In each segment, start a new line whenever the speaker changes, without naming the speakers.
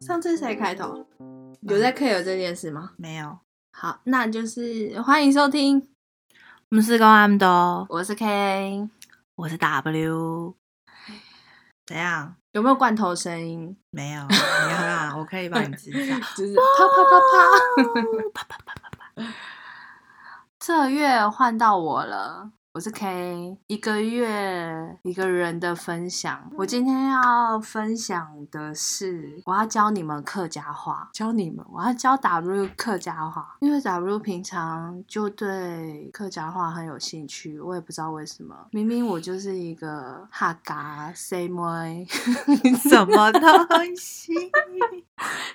上次谁开头？有在 care 这件事吗？
没有，
好，那就是欢迎收听，
我们是公安的哦，
我是 K，
我是 W。怎样？
有没有罐头声音？
没有，没有啦， 我可以帮你治一下。
就是啪啪啪啪
啪啪啪啪啪。
这月换到我了，我是 K，一个月一个人的分享。我今天要分享的是，我要教你们客家话，教你们，我要教 W 客家话，因为 W 平常就对客家话很有兴趣，我也不知道为什么，明明我就是一个哈嘎 C 妹，
什么东西？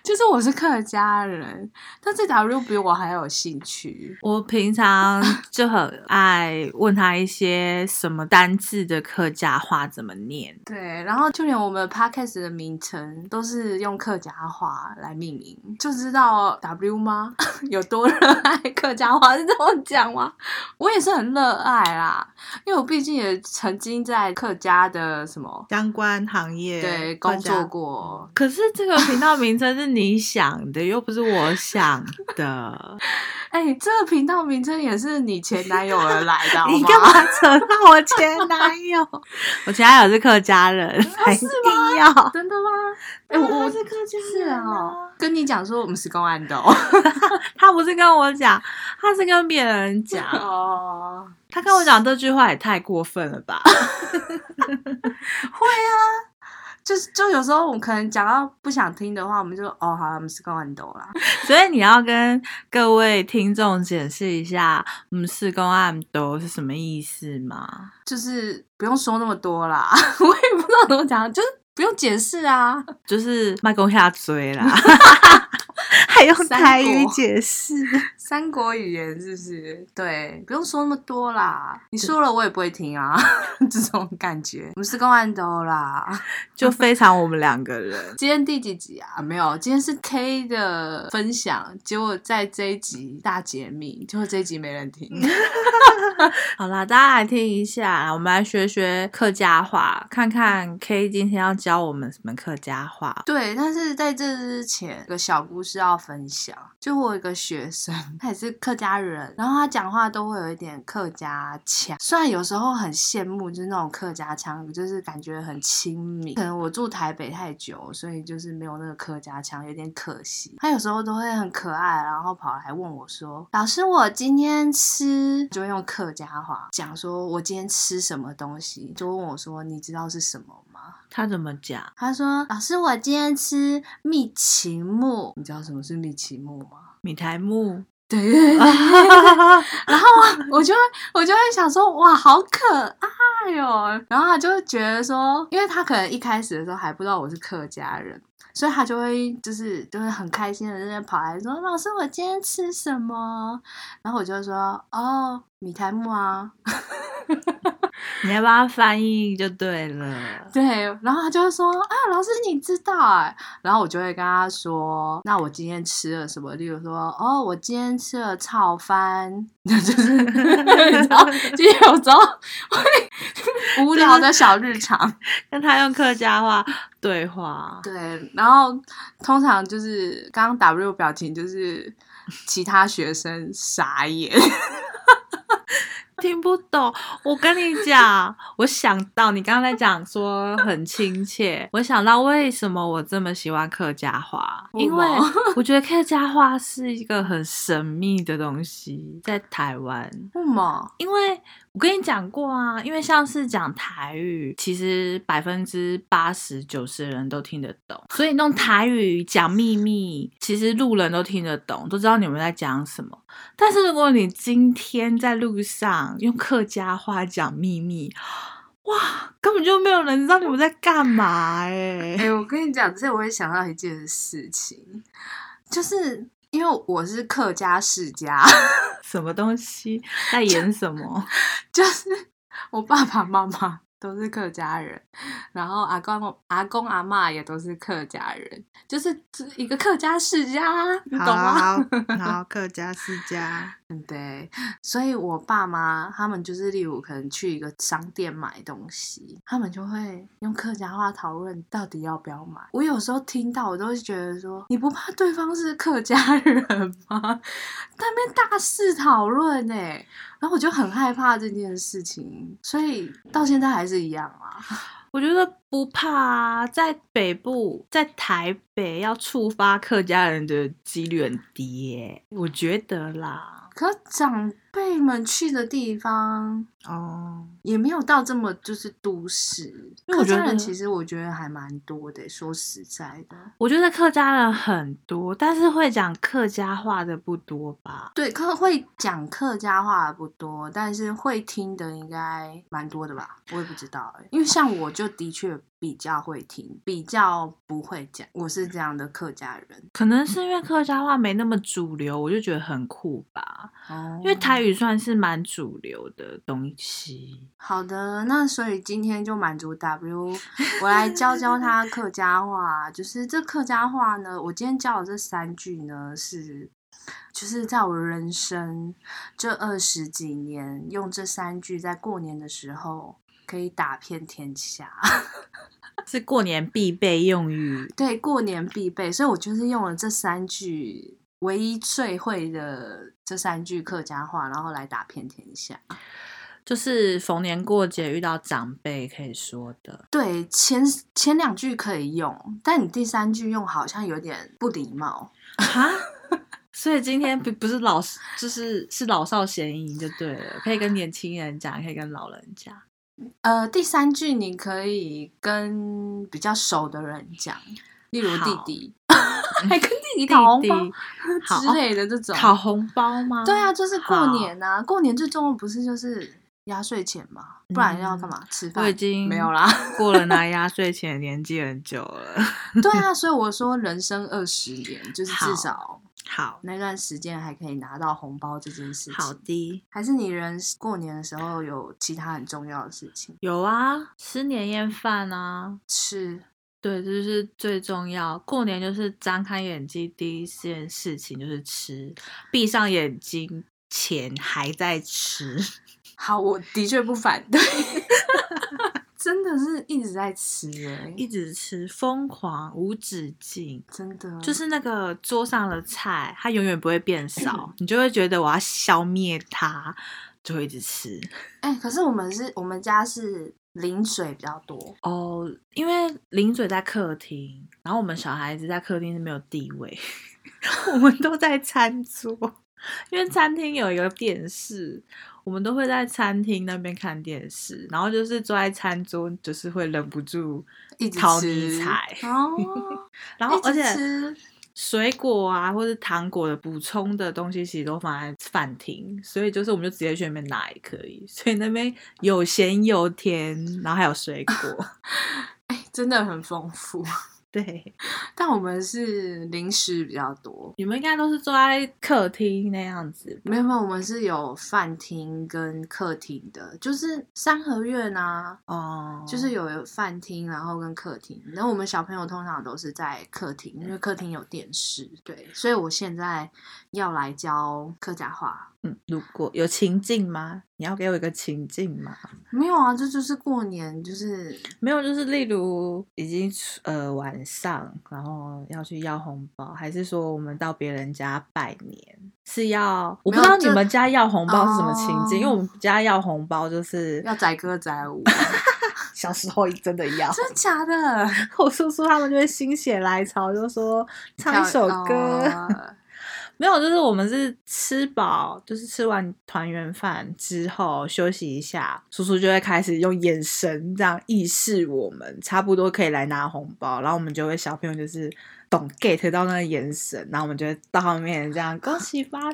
就是我是客家人，但是 W 比我还有兴趣。
我平常就很爱问他一些什么单字的客家话怎么念。
对，然后就连我们 podcast 的名称都是用客家话来命名，就知道 W 吗？ 有多热爱客家话是这么讲吗？我也是很热爱啦，因为我毕竟也曾经在客家的什么
相关行业
对
客
工
家嗯
作过，
可是这个频道名称是你想的，又不是我想的。
哎、这个频道名称也是你前男友而来 的，好
你
吗
干嘛扯到我前男友？ 哦我前男友是客家人， 还
是
硬要？
真的吗？哎、
当
我
然
我
哦是客家
是
人
哦
啊，
跟你讲说我们是公安的 哦。
他不是跟我讲，他是跟别人讲。
哦，
他跟我讲这句话也太过分了 吧？
就是就有时候我们可能讲到不想听的话，我们就哦好，我们是公安斗啦。
所以你要跟各位听众解释一下“嗯，是公案都”是什么意思吗？
就是不用说那么多啦， 我也不知道怎么讲，就是不用解释啊。
就是卖公下追啦， 还用台语解释。
三国语言是不是？对，不用说那么多啦，你说了我也不会听啊， 这种感觉。我们是公安斗啦。
就非常我们两个人。
今天第几集啊？没有，今天是 K 的分享，结果在这一集大解密，结果这一集没人听。
好啦，大家来听一下，我们来学学客家话，看看 K 今天要教我们什么客家话。
对，但是在这之前，有个小故事要分享。就我有一个学生， 他也是客家人，然后他讲话都会有一点客家腔，虽然有时候很羡慕，就是那种客家腔，就是感觉很亲民。可能我住台北太久，所以就是没有那个客家腔，有点可惜。他有时候都会很可爱，然后跑来问我说：“老师，我今天吃……”就会用客家话讲说：“我今天吃什么东西？”就问我说：“你知道是什么吗？”
他怎么讲？
他说：“老师，我今天吃蜜奇木，你知道什么是蜜奇木吗
米台木，？”
对对 对，然后我我就会我就会想说，哇，好可爱哦。然后他就会觉得说，因为他可能一开始的时候还不知道我是客家人，所以他就会就是就会很开心的在那边跑来说，老师，我今天吃什么？然后我就会说，哦，米苔木啊，
你要帮他翻译就对了。
对，然后他就会说啊，老师你知道哎，然后我就会跟他说，那我今天吃了什么？例如说，哦，我今天吃了炒饭， 就是你知道，就有时候会无聊的小日常。
跟他用客家话对话，
对，然后通常就是刚刚 W 表情就是其他学生傻眼，
听不懂。我跟你讲，我想到你刚才讲说很亲切，我想到为什么我这么喜欢客家话，
为什
因为
么
我觉得客家话是一个很神秘的东西，在台湾。
为什么？
因为我跟你讲过啊，因为像是讲台语，其实百分之八十九十人都听得懂，所以弄台语讲秘密，其实路人都听得懂，都知道你们在讲什么。但是如果你今天在路上用客家话讲秘密，哇，根本就没有人知道你们在干嘛哎、
哎、我跟你讲，这我也想到一件事情，就是因为我是客家世家。
什么东西在演什么？
就是我爸爸妈妈都是客家人，然后阿公阿公阿嬷也都是客家人， 就是一个客家世家啊，你懂吗？
好，客家世家，
嗯对，所以我爸妈他们就是，例如可能去一个商店买东西，他们就会用客家话讨论到底要不要买。我有时候听到，我都会觉得说，你不怕对方是客家人吗？ 在那边大肆讨论呢，然后我就很害怕这件事情，所以到现在还是一样啊。
我觉得不怕啊，在北部，在台北要触发客家人的几率很低耶，我觉得啦。
可长辈们去的地方
哦，
也没有到这么就是都市，
因为我
客
觉得
家人其实我觉得还蛮多的，说实在的。
我觉得客家人很多，但是会讲客家话的不多吧？
对，客会讲客家话的不多，但是会听的应该蛮多的吧？我也不知道欸、因为像我就的确比较会听，比较不会讲，我是这样的客家人。
可能是因为客家话没那么主流，我就觉得很酷吧。
哦
因为台语算是蛮主流的东西。
好的，那所以今天就满足 W，我来教教他客家话。就是这客家话呢，我今天教的这三句呢是，就是在我人生这二十几年，用这三句在过年的时候可以打遍天下。
是过年必备用语。
对，过年必备，所以我就是用了这三句唯一最会的这三句客家话，然后来打遍天下。
就是逢年过节遇到长辈可以说的，
对，前前两句可以用，但你第三句用好像有点不礼貌。
所以今天不不是老就是是老少咸宜就对了，可以跟年轻人讲，可以跟老人讲。
呃，第三句你可以跟比较熟的人讲，例如弟
好嗯
弟， 还跟弟弟讨红
弟
包
弟好
之类的这种。
讨红包吗？
对啊，就是过
好
年啊，过年最重要不是就是压岁钱嘛，不然要干嘛？吃饭？
嗯我已经
没有啦。
过了拿压岁钱的年纪很久了。
对啊，所以我说人生二十年，就是
好
至少
好
那段时间还可以拿到红包这件事情。
好的，
还是你人过年的时候有其他很重要的事情？
有啊，吃年夜饭啊，
是，
对，这就是最重要。过年就是张开眼睛，第一件事情就是吃，闭上眼睛前还在吃。
好，我的确不反对， 真的是一直在吃哎、
一直吃，疯狂无止境。
真的
就是那个桌上的菜，它永远不会变少，你就会觉得我要消灭它，就会一直吃。
哎、可是我们是我们家是零嘴比较多，
哦，因为零嘴在客厅，然后我们小孩子在客厅是没有地位， 我们都在餐桌，因为餐厅有一个电视，我们都会在餐厅那边看电视，然后就是坐在餐桌，就是会忍不住
一直
淘
吃
米菜，
哦，
然后
一直
而且
吃
水果啊，或是糖果的补充的东西，其实都放在饭厅，所以就是我们就直接去那边拿也可以。所以那边有咸有甜，然后还有水 果。
哎、真的很丰富。
对，
但我们是零食比较多，
你们应该都是坐在客厅那样子吧。
没有没有，我们是有饭厅跟客厅的，就是三合院啊，
哦，
就是有饭厅，然后跟客厅。然后我们小朋友通常都是在客厅，因为客厅有电视。对，所以我现在要来教客家话。
嗯，如果有情境吗？你要给我一个情境吗？
没有啊，这就是过年，就是
没有，就是例如已经出呃晚上，然后要去要红包，还是说我们到别人家拜年是要？我不
没有
知道你
这
们家要红包是什么情境，因为
哦
我们家要红包就是
要载歌载舞， 啊
小时候真的要，
真的假 的？
我叔叔他们就会心血来潮，就说唱一首歌。
哦
没有，就是我们是吃饱，就是吃完团圆饭之后休息一下，叔叔就会开始用眼神这样意示我们差不多可以来拿红包，然后我们就会小朋友就是懂 get 到那个眼神，然后我们就会到后面这样恭喜发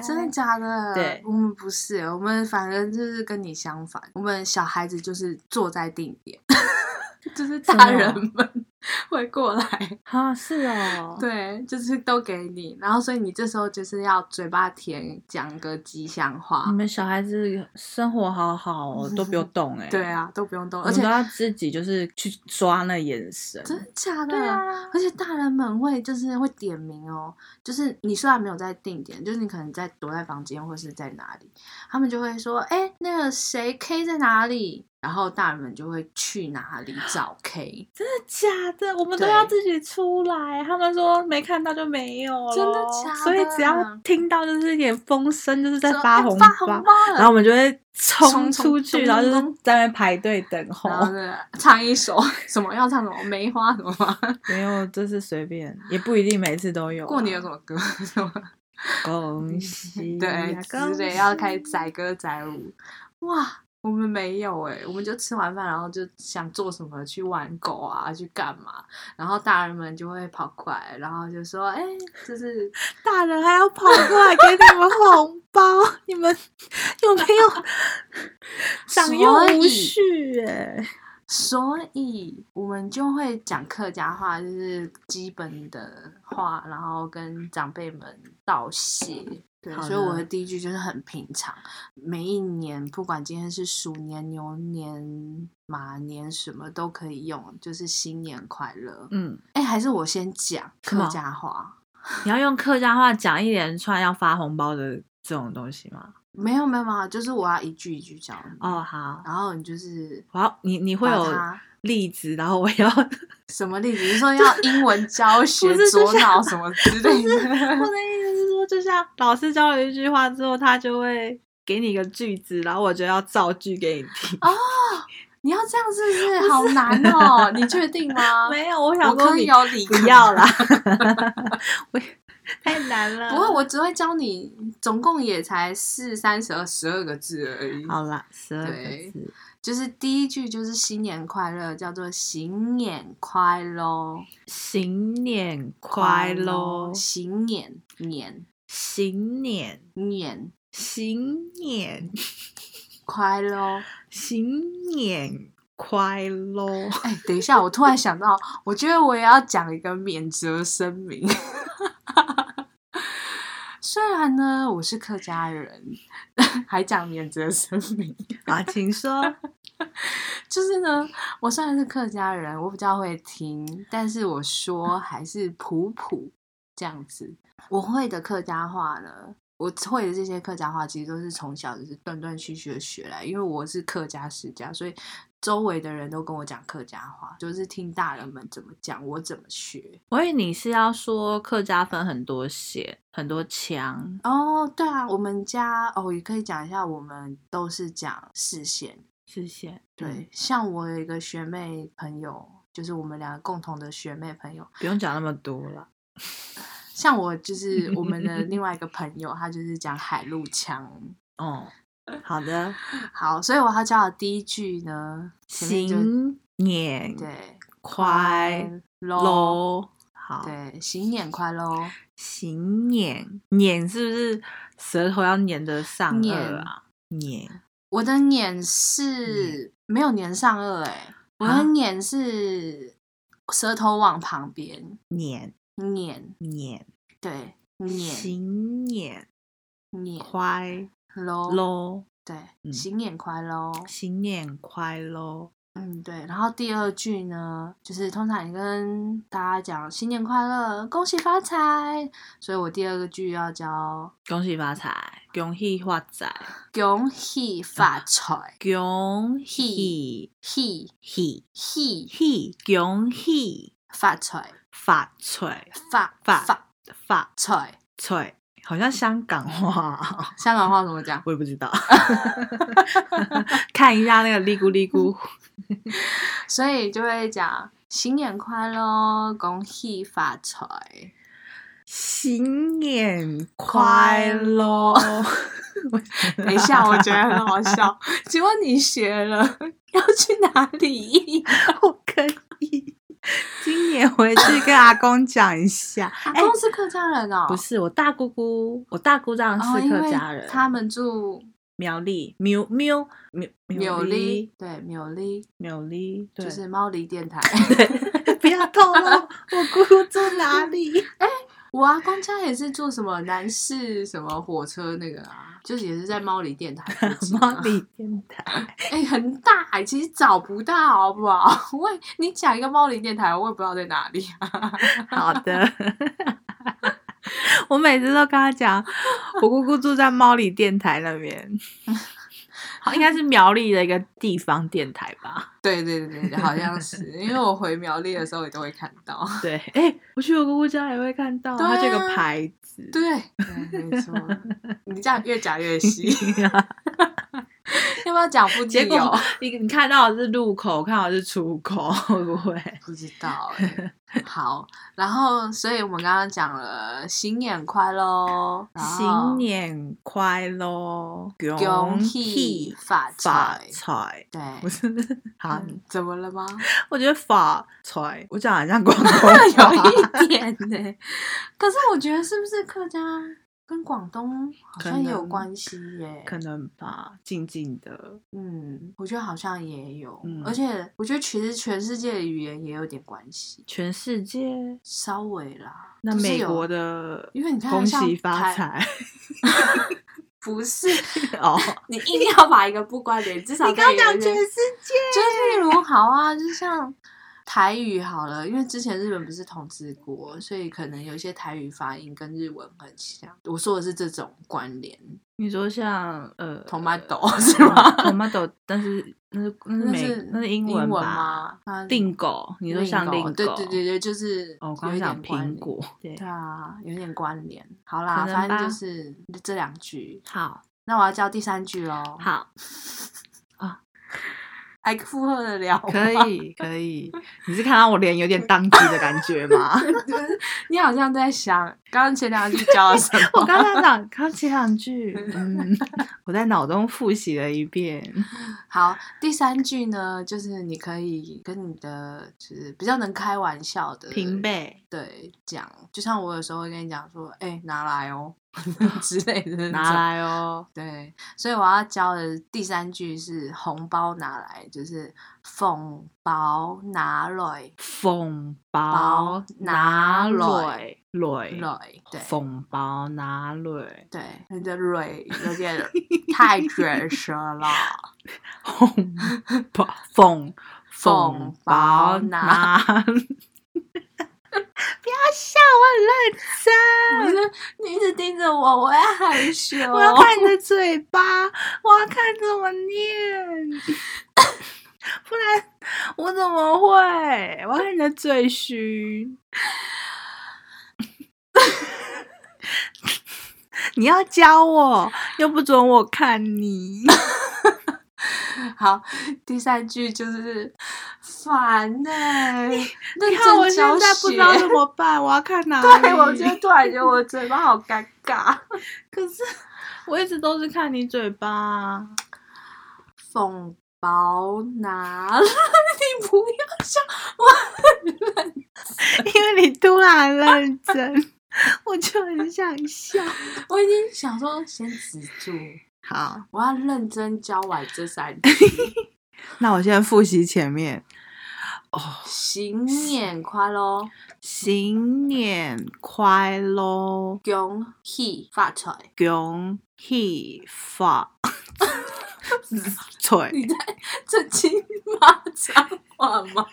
真的假的？
对
我们不是，我们反正就是跟你相反，我们小孩子就是坐在定点， 就是
什
大
么
人们 会过来，
啊，是哦，
对，就是都给你，然后所以你这时候就是要嘴巴甜，讲个吉祥话
你，们小孩子生活好好哦，都不用动 哎、
对，啊，都不用动，
而
而
且
且
都要自己就是去抓那眼神。
真的假的？
对啊，
而且大人们会就是会点名哦，就是你虽然没有在定点，就是你可能在躲在房间或是在哪里，他们就会说，哎、那个谁 K 在哪里？然后大人们就会去哪里找 K，
真的假的？我们都
对
要自己出来。他们说没看到就没有咯
真的假的
所以只要听到就是一点风声，就是在
说
发
哎
红
发
包，
红包了，
然后我们就会冲
冲
出
冲
去，
咚
然后就
咚
是
咚
在那边排队等候
然。后呢，唱一首 什么要唱什么梅花什么吗，
没有，就是随便，也不一定每次都有啊。
过年有什么歌 什么，
恭 喜
对
呀，
之类要开始载歌载舞，哇，我们没有哎、我们就吃完饭，然后就想做什么去玩狗啊，去干嘛，然后大人们就会跑过来，然后就说，哎、就是
大人还要跑过来给你们红包，你们有没 有长幼无
所以
序、欸？
所以我们就会讲客家话，就是基本的话，然后跟长辈们道谢。对，
好
所以我
的
的第一句就是很平常。每一年，不管今天是鼠年、牛年、马年，什么都可以用，就是新年快乐。
嗯，
哎、还是我先讲
什么
客家话。
你要用客家话讲一连串要发红包的这种东西吗？
没有没有没有，就是我要一句一句教你。
哦，好，
然后你就是
我要你你会
把
有
它
例子，然后我要 我
什么例子？你说要英文教学
不是、就
左
像
脑什么之 类的？
的意思是说，就像老师教了一句话之后，他就会给你一个句子，然后我就要造句给你听。
哦，你要这样是不是？好难哦，你确定吗？
没有，我
我
想说
可以
你
有理科
不要啦，， 我 太难 了。
不会，我只会教你，总共也才四三十二十二个字而已。
好啦，十二个
对
字。
就是第一句就是新年快乐，叫做新年快乐，
新年快乐，
新年年
新年，
年
新年，
快乐。
新年快乐。
哎，等一下，我突然想到，我觉得我也要讲一个免责声明。 虽然呢，我是客家人， 还讲免责声明，
啊，请说。
就是呢，我虽然是客家人，我比较会听，但是我说还是普普这样子。我会的客家话呢，我会的这些客家话，其实都是从小就是断断续续的学来，因为我是客家世家，所以周围的人都跟我讲客家话，就是听大人们怎么讲，我怎么学。
我以为你是要说客家分很多弦，很多腔。
哦，对啊，我们家哦也可以讲一下，我们都是讲四县，
是线，
对，像我有一个学妹朋友，就是我们两个共同的学妹朋友，
不用讲那么多了。
像我就是我们的 另外一个朋友，他就是讲海陆腔。
哦，好的，
好，所以我要教的第一句呢，前面就
新年
对
快
乐，
乐。好，
对，新年快乐哦，
新年年是不是舌头要粘得上
粘
颚啊？年
我的年是没有年上颚哎、我
啊
的年是舌头往旁边
年
年，
年
对，年
新年
年
快
喽，
乐，
对，
嗯
新年快乐哦。
新年快乐。
嗯，对。然后第二句呢，就是通常你跟大家讲新年快乐，恭喜发财，所以我第二个句要教
恭喜发财，恭喜发财，
恭喜发财，
恭喜
喜喜
喜
喜
喜，恭喜
发财，
发财
发
发
发
发
财。
财，好像香港话 哦，
香港话怎么讲？
我也不知 道。看一下那个嘀咕嘀咕，
所以就会讲新年快乐，恭喜发财。
新年快 乐。
等一下， 我觉得很好笑。请问你学了 要去哪里译？
我可以今年回去跟阿公讲一下。
阿
哎
啊公是客家人哦，
不是我大姑姑，我大姑丈
哦，
是
因
客
为
家人，
他们住
苗栗，苗苗苗
扭
栗
力，对，扭力
苗栗，对，
就是猫狸电 台。
不要透 露我姑姑住哪 里。
我阿公家也是做什么南市什么火车那个啊，就是也是在猫狸电台 附近、
猫
啊。
里电台，
哎、很大、欸，其实找不到，好 不好？我也你讲一个猫林电台，我也不知道在哪里啊。
好的。 我每次都跟他讲，我姑姑住在猫里电台那 边，好，应该是苗栗的一个地方电台吧？
对对对对，好像是，因为我回苗栗的时候也都会看到。
对，哎、我去我姑姑家也会看到，
对啊
它这个牌子，
对，对没 错，你这样越讲越细。要不要讲附
结
近
果
有？
你你看到的是入口，我看到的是出口，会不会？
不知道哎、好，然后所以我们刚刚讲了新年快乐，哦然后
新年快乐，
恭喜发
发
财。
财！
对，
不是 好，
嗯怎么了吗？
我觉得发财，我讲得很像广东
有
话，
一 点呢、可是我觉得是不是客家跟广东好
可
像也有
能
关系耶、
可能吧，静静的，
嗯，我觉得好像也有，
嗯
而且我觉得其实全世界的语言也有点关系，
全世界。
稍微啦。
那
就是
美
有
国，的
因为你看
恭
像
喜发
台，
财
不是
哦，
你硬要把一个不关联， 至少
你刚
可以有
讲
一
全
点
世界，
就是例如好啊，就像台语好了，因为之前日本不是统治国，所以可能有一些台语发音跟日文很像。我说的是这种关联
你说像呃
，tomato 是吗？
？tomato，但是那是那是
那
美
是
那是英
英
文
文
吧？
吗？啊
定狗，你说像定狗？
对对对对，就是
哦，我
有
刚
一
讲
点关
苹
联。
果，对
对啊，有点关联。好啦，
可能
反正就
吧
是这两句。
好，
那我要教第三句喽。，
好，
还附和得了吗？
可以，可以。你是看到我脸有点当机的感觉吗？
你好像在想，刚刚前两句教了什么？
我刚才 讲，刚前两句，嗯， 我在脑中复习了一遍。
好，第三句呢，就是你可以跟你的就是比较能开玩笑的
平辈
对讲，就像我有时候会跟你讲说，哎、拿来哦 之类的那种，
拿来哦，
对，所以我要教的第三句是红包拿来，就是红包拿来
风包拿来来，
来，对
风包拿来，
对，你的蕊有点太卷舌了，
红包风风包拿。不 要笑，我
不
很认真。
是你一直盯着我，我也害羞，
我要看你的嘴巴，我要看怎么念， 不然我怎么会？我要看你的嘴虚。 你要教我，又不准我看 你。
好，第三句就是烦呢、
你
认
看我
真
现
教
在不知道
学
怎。么办，我要 看哪里？
对，我觉得突然觉得我嘴巴好尴尬。
可是我一直都是看你嘴 巴啊。
缝包拿， 你不要笑，我很冷，
因为你突然认真， 我就很想笑。
我已经想说先止住，
好，
我要认真教完这三句。
那我现在复习前面。
新年快乐，
新年快乐，
恭喜发财！
恭喜 发财！
你在这亲骂脏话吗？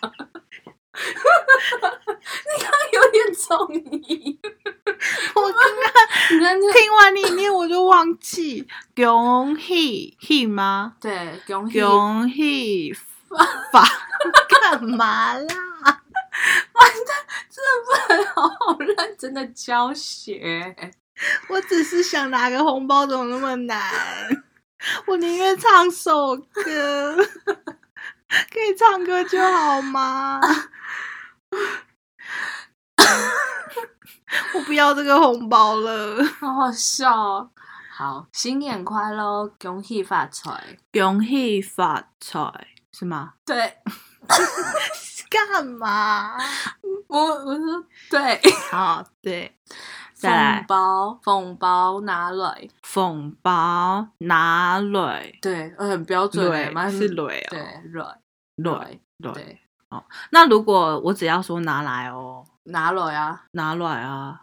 你刚刚有点中意，
我
你刚刚就
听完你念我就忘记，恭喜喜吗？
对恭喜
恭喜发 干嘛啦？
真的不能好好认真的教学。
我只是想拿个红包，怎么那么难？我宁愿唱首歌，可以唱歌就好吗？ 我不要这个红包了。
好好笑哦！好，新年快乐，哦恭喜发财！
恭喜发财是吗？
对
干嘛？
我，我说对，
啊，对，再来
缝包，缝包拿来，
缝包拿蕊
对，呃很标准欸，
蕊
蛮
是蕊哦，
对蕊
蕊蕊。
对
那如果我只要说拿来哦，
拿来啊，
拿来啊，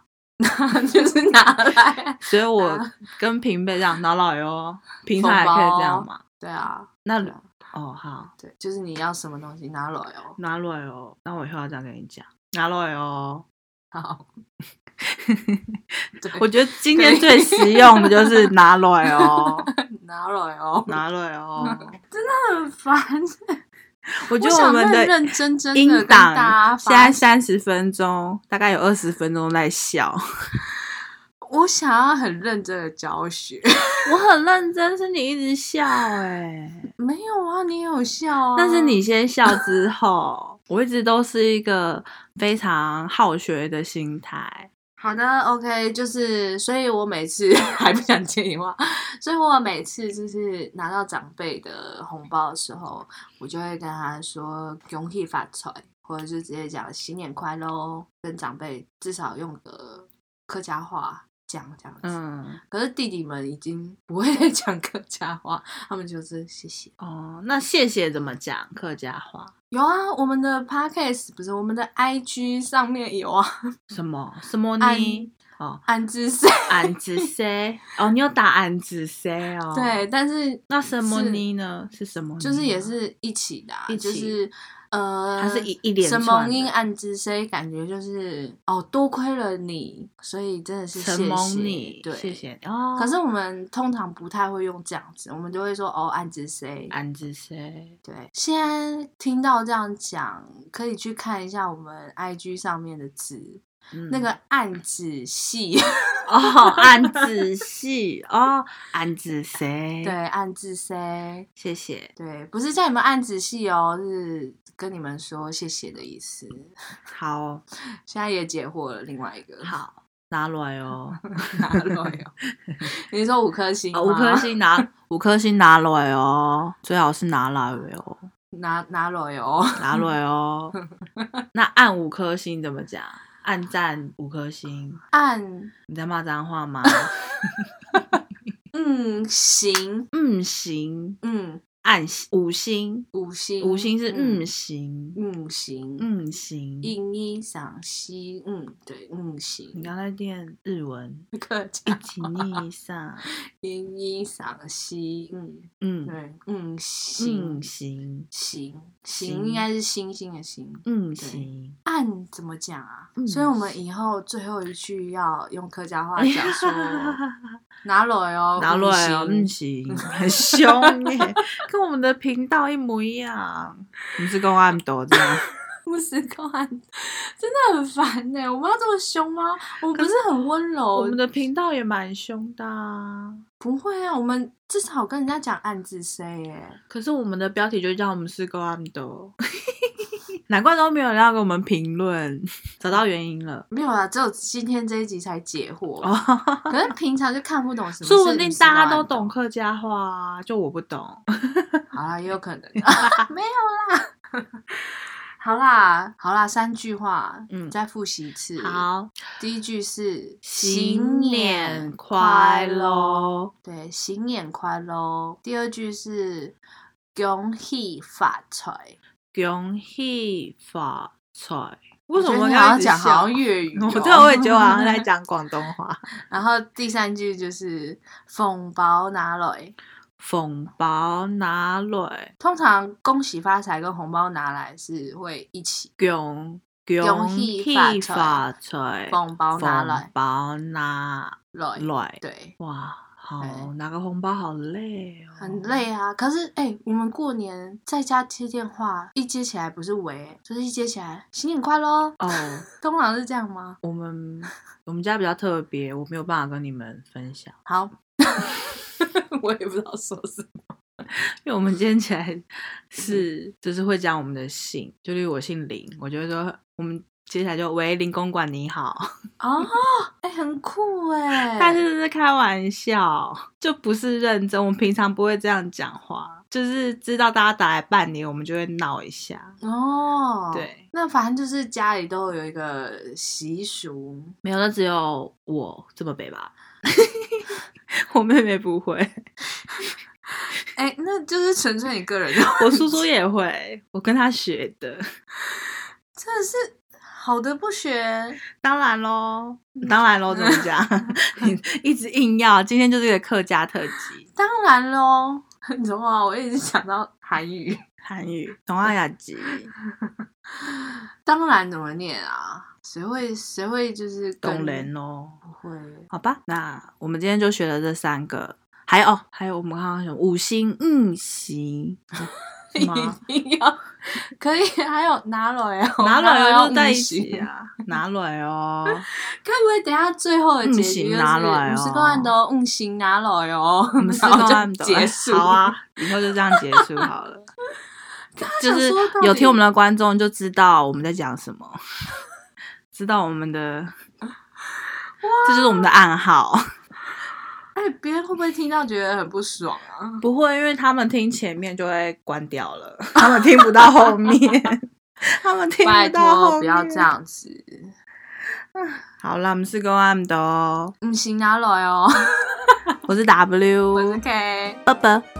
就是拿来，
所以我
啊
跟平辈这样拿来哦，平
缝
常也可以
包
这样嘛。
对啊，
那
对啊
哦好，
对，就是你要什么东西拿来哦，
拿来哦，那我以后要这样跟你讲，拿来哦。
好，对，
我觉得今
可
天
以
最实用的就是 拿来哦，
拿来哦，
拿来哦。
很烦。
我觉得
想
我们
认
的
认真真的
音
跟大家
档现在
发，
三十分钟，大概有二十分钟在笑。
我想要很认真的教学。
我很认真，是你一直笑哦哎、
没有啊，你有笑啊，
但是你先笑之后，我一直都是一个非常好学的心态。
好的，OK，就是，所以我每次 还不想接你话，所以我每次就是拿到长辈的红包的时候，我就会跟他说“恭喜发财”，或者是直接讲“新年快乐哦”，跟长辈至少用个客家话讲这样子。
嗯，
可是弟弟们已经不会 再讲客家话，他们就是谢谢。
哦，那谢谢怎么讲客家话？
有啊，我们的 podcast 不是我们的 IG 上面有啊，
什么什么
安
呢？哦，
安之森。
俺子 C 哦，你有打俺子 C 哦？
对，，但是
那什么
是
呢呢？是什么呢？
就是也是一起的、啊，
一
就
起
是呃，
它是一一连
什
串
么
的
因暗之 C，感觉就是哦，多亏了你，所以真的是谢
承
谢
蒙你，
对，
谢。谢你哦。
可是我们通常不太会用这样子，我们就会说哦，暗之 C。
俺子 C
对，现在听到这样讲，可以去看一下我们 IG 上面的字，那个暗指系，
嗯哦，俺子系哦，俺子 C
对，，暗指 C，
谢谢。
对，不是叫你们按仔细哦，是跟你们说谢谢的意思。
好哦
现在也解惑了另外一个，
好，拿来哦。
拿了 哟。 你说五颗星、
啊，五颗，星拿五颗星拿来哦，最好是拿来哦，
拿拿了哟。
拿 来哦。那按五颗星怎么讲？按赞五颗星，
按
你在骂脏 话吗？
嗯行，
嗯行，
嗯
按五星，
五星，
五星是嗯行，
嗯行，
嗯行。
应一赏析，嗯对，嗯
你
行，
刚才念日文，
客
一
家
起念一下。
应一赏析，嗯
嗯，
对，嗯行
嗯行，
行
行
行应该是星星的星，
嗯行。
按怎么讲啊？
嗯
所以我们以后最后一句要用客家话讲 说拿来哦，
拿来哦，
五
嗯
星
行，很凶耶，跟我们的频道一模一样。你是跟我暗斗这样？
不是公安， 真的很烦呢、我们要这么凶吗？我们不是很温
我
柔
们？的频道也蛮凶的、啊，
不会啊，我们至少跟人家讲暗自 say 耶、
可是我们的标题就叫我们是跟暗 斗，难怪都没有人要给我们评论， 找到原因了。
没有啊，只有今天这一集才解惑。
哦，
可是平常就看不懂什么事，
说不定大家
五十
都
万。
懂客家话啊，就我不懂。
好啦，也有可 能， 没有啦。 好啦，好啦，三句话，
嗯
再复习一次。
好，
第一句是
新年快，乐，
对，新年快乐。第二句是恭喜发财。
恭喜发财。为什么
你要
一直
讲
笑
好像粤语、哦
我这我也觉得我好像在。讲广东 话。
然后第三句就是红包拿来，
缝包拿来，
通常恭喜发财跟红包拿来是会一起，
恭
恭
恭
喜
喜
发
发财，
红包拿
缝
来
包拿
来，
来。
对，
哇，好
对
拿个红包好累哦，
很。累啊。可是哎、我们过年在家接电话，一接起来不是喂，就是一接起来新年快乐，
哦，
通常是这样吗？
我们我们家比较特别，我没有办法跟你们分享，
好， 我也不知道说什么。
因为我们今天 起来是就是会讲我们的姓，就例如我姓林，我就会说我们接下来就喂林公馆你好。
哦，哎、很酷哎、
但是这是开玩笑，就不是认真。我们平常不会这样讲话。就是知道大家打来半年，我们就会闹一下。
哦，
对，
那反正就是家里都有一个习俗，
没有，那只有我这么北 吧。我妹妹不会，
哎、那就是纯粹你个人的，
我叔叔也会，我跟他学的。
真的是好的不学，
当然喽，嗯当然喽，怎么 讲？你一直硬要，今天就是一个客家特辑，
当然喽。 你知道吗？我一直想到韩语，
韩语、东阿 雅集，
当然怎么念啊？谁会谁会就是跟
懂人咯。
不 会？
好吧，那我们今天就学了这三个，还有哦，还有我们刚刚什么五星嗯行，
一
吗
定要可以，还有拿 来哦，
拿来
哦
哦，在一起啊，拿来哦，
该不会等一下最后的结
嗯
局
行
就是
拿来
五
哦嗯
十个万都嗯行拿来哦，
我们 四
然
个
后
按
就
的
结束
好啊， 以后就这样结束好了。就是
刚刚想说到
有
底
听我们的观众就知道我们在讲什么，知道我们的，这就是我们的暗号。
哎，别人会不会听到觉得很不爽啊？
不会，因为他们听前面就会关掉了，他们听不到后面，他们 听
拜
不到后
托，
面。
不要这。样子，
好啦，我们是 Go M 的哦，
嗯，行拿来哦，
我是 W，
我是 K。
拜拜。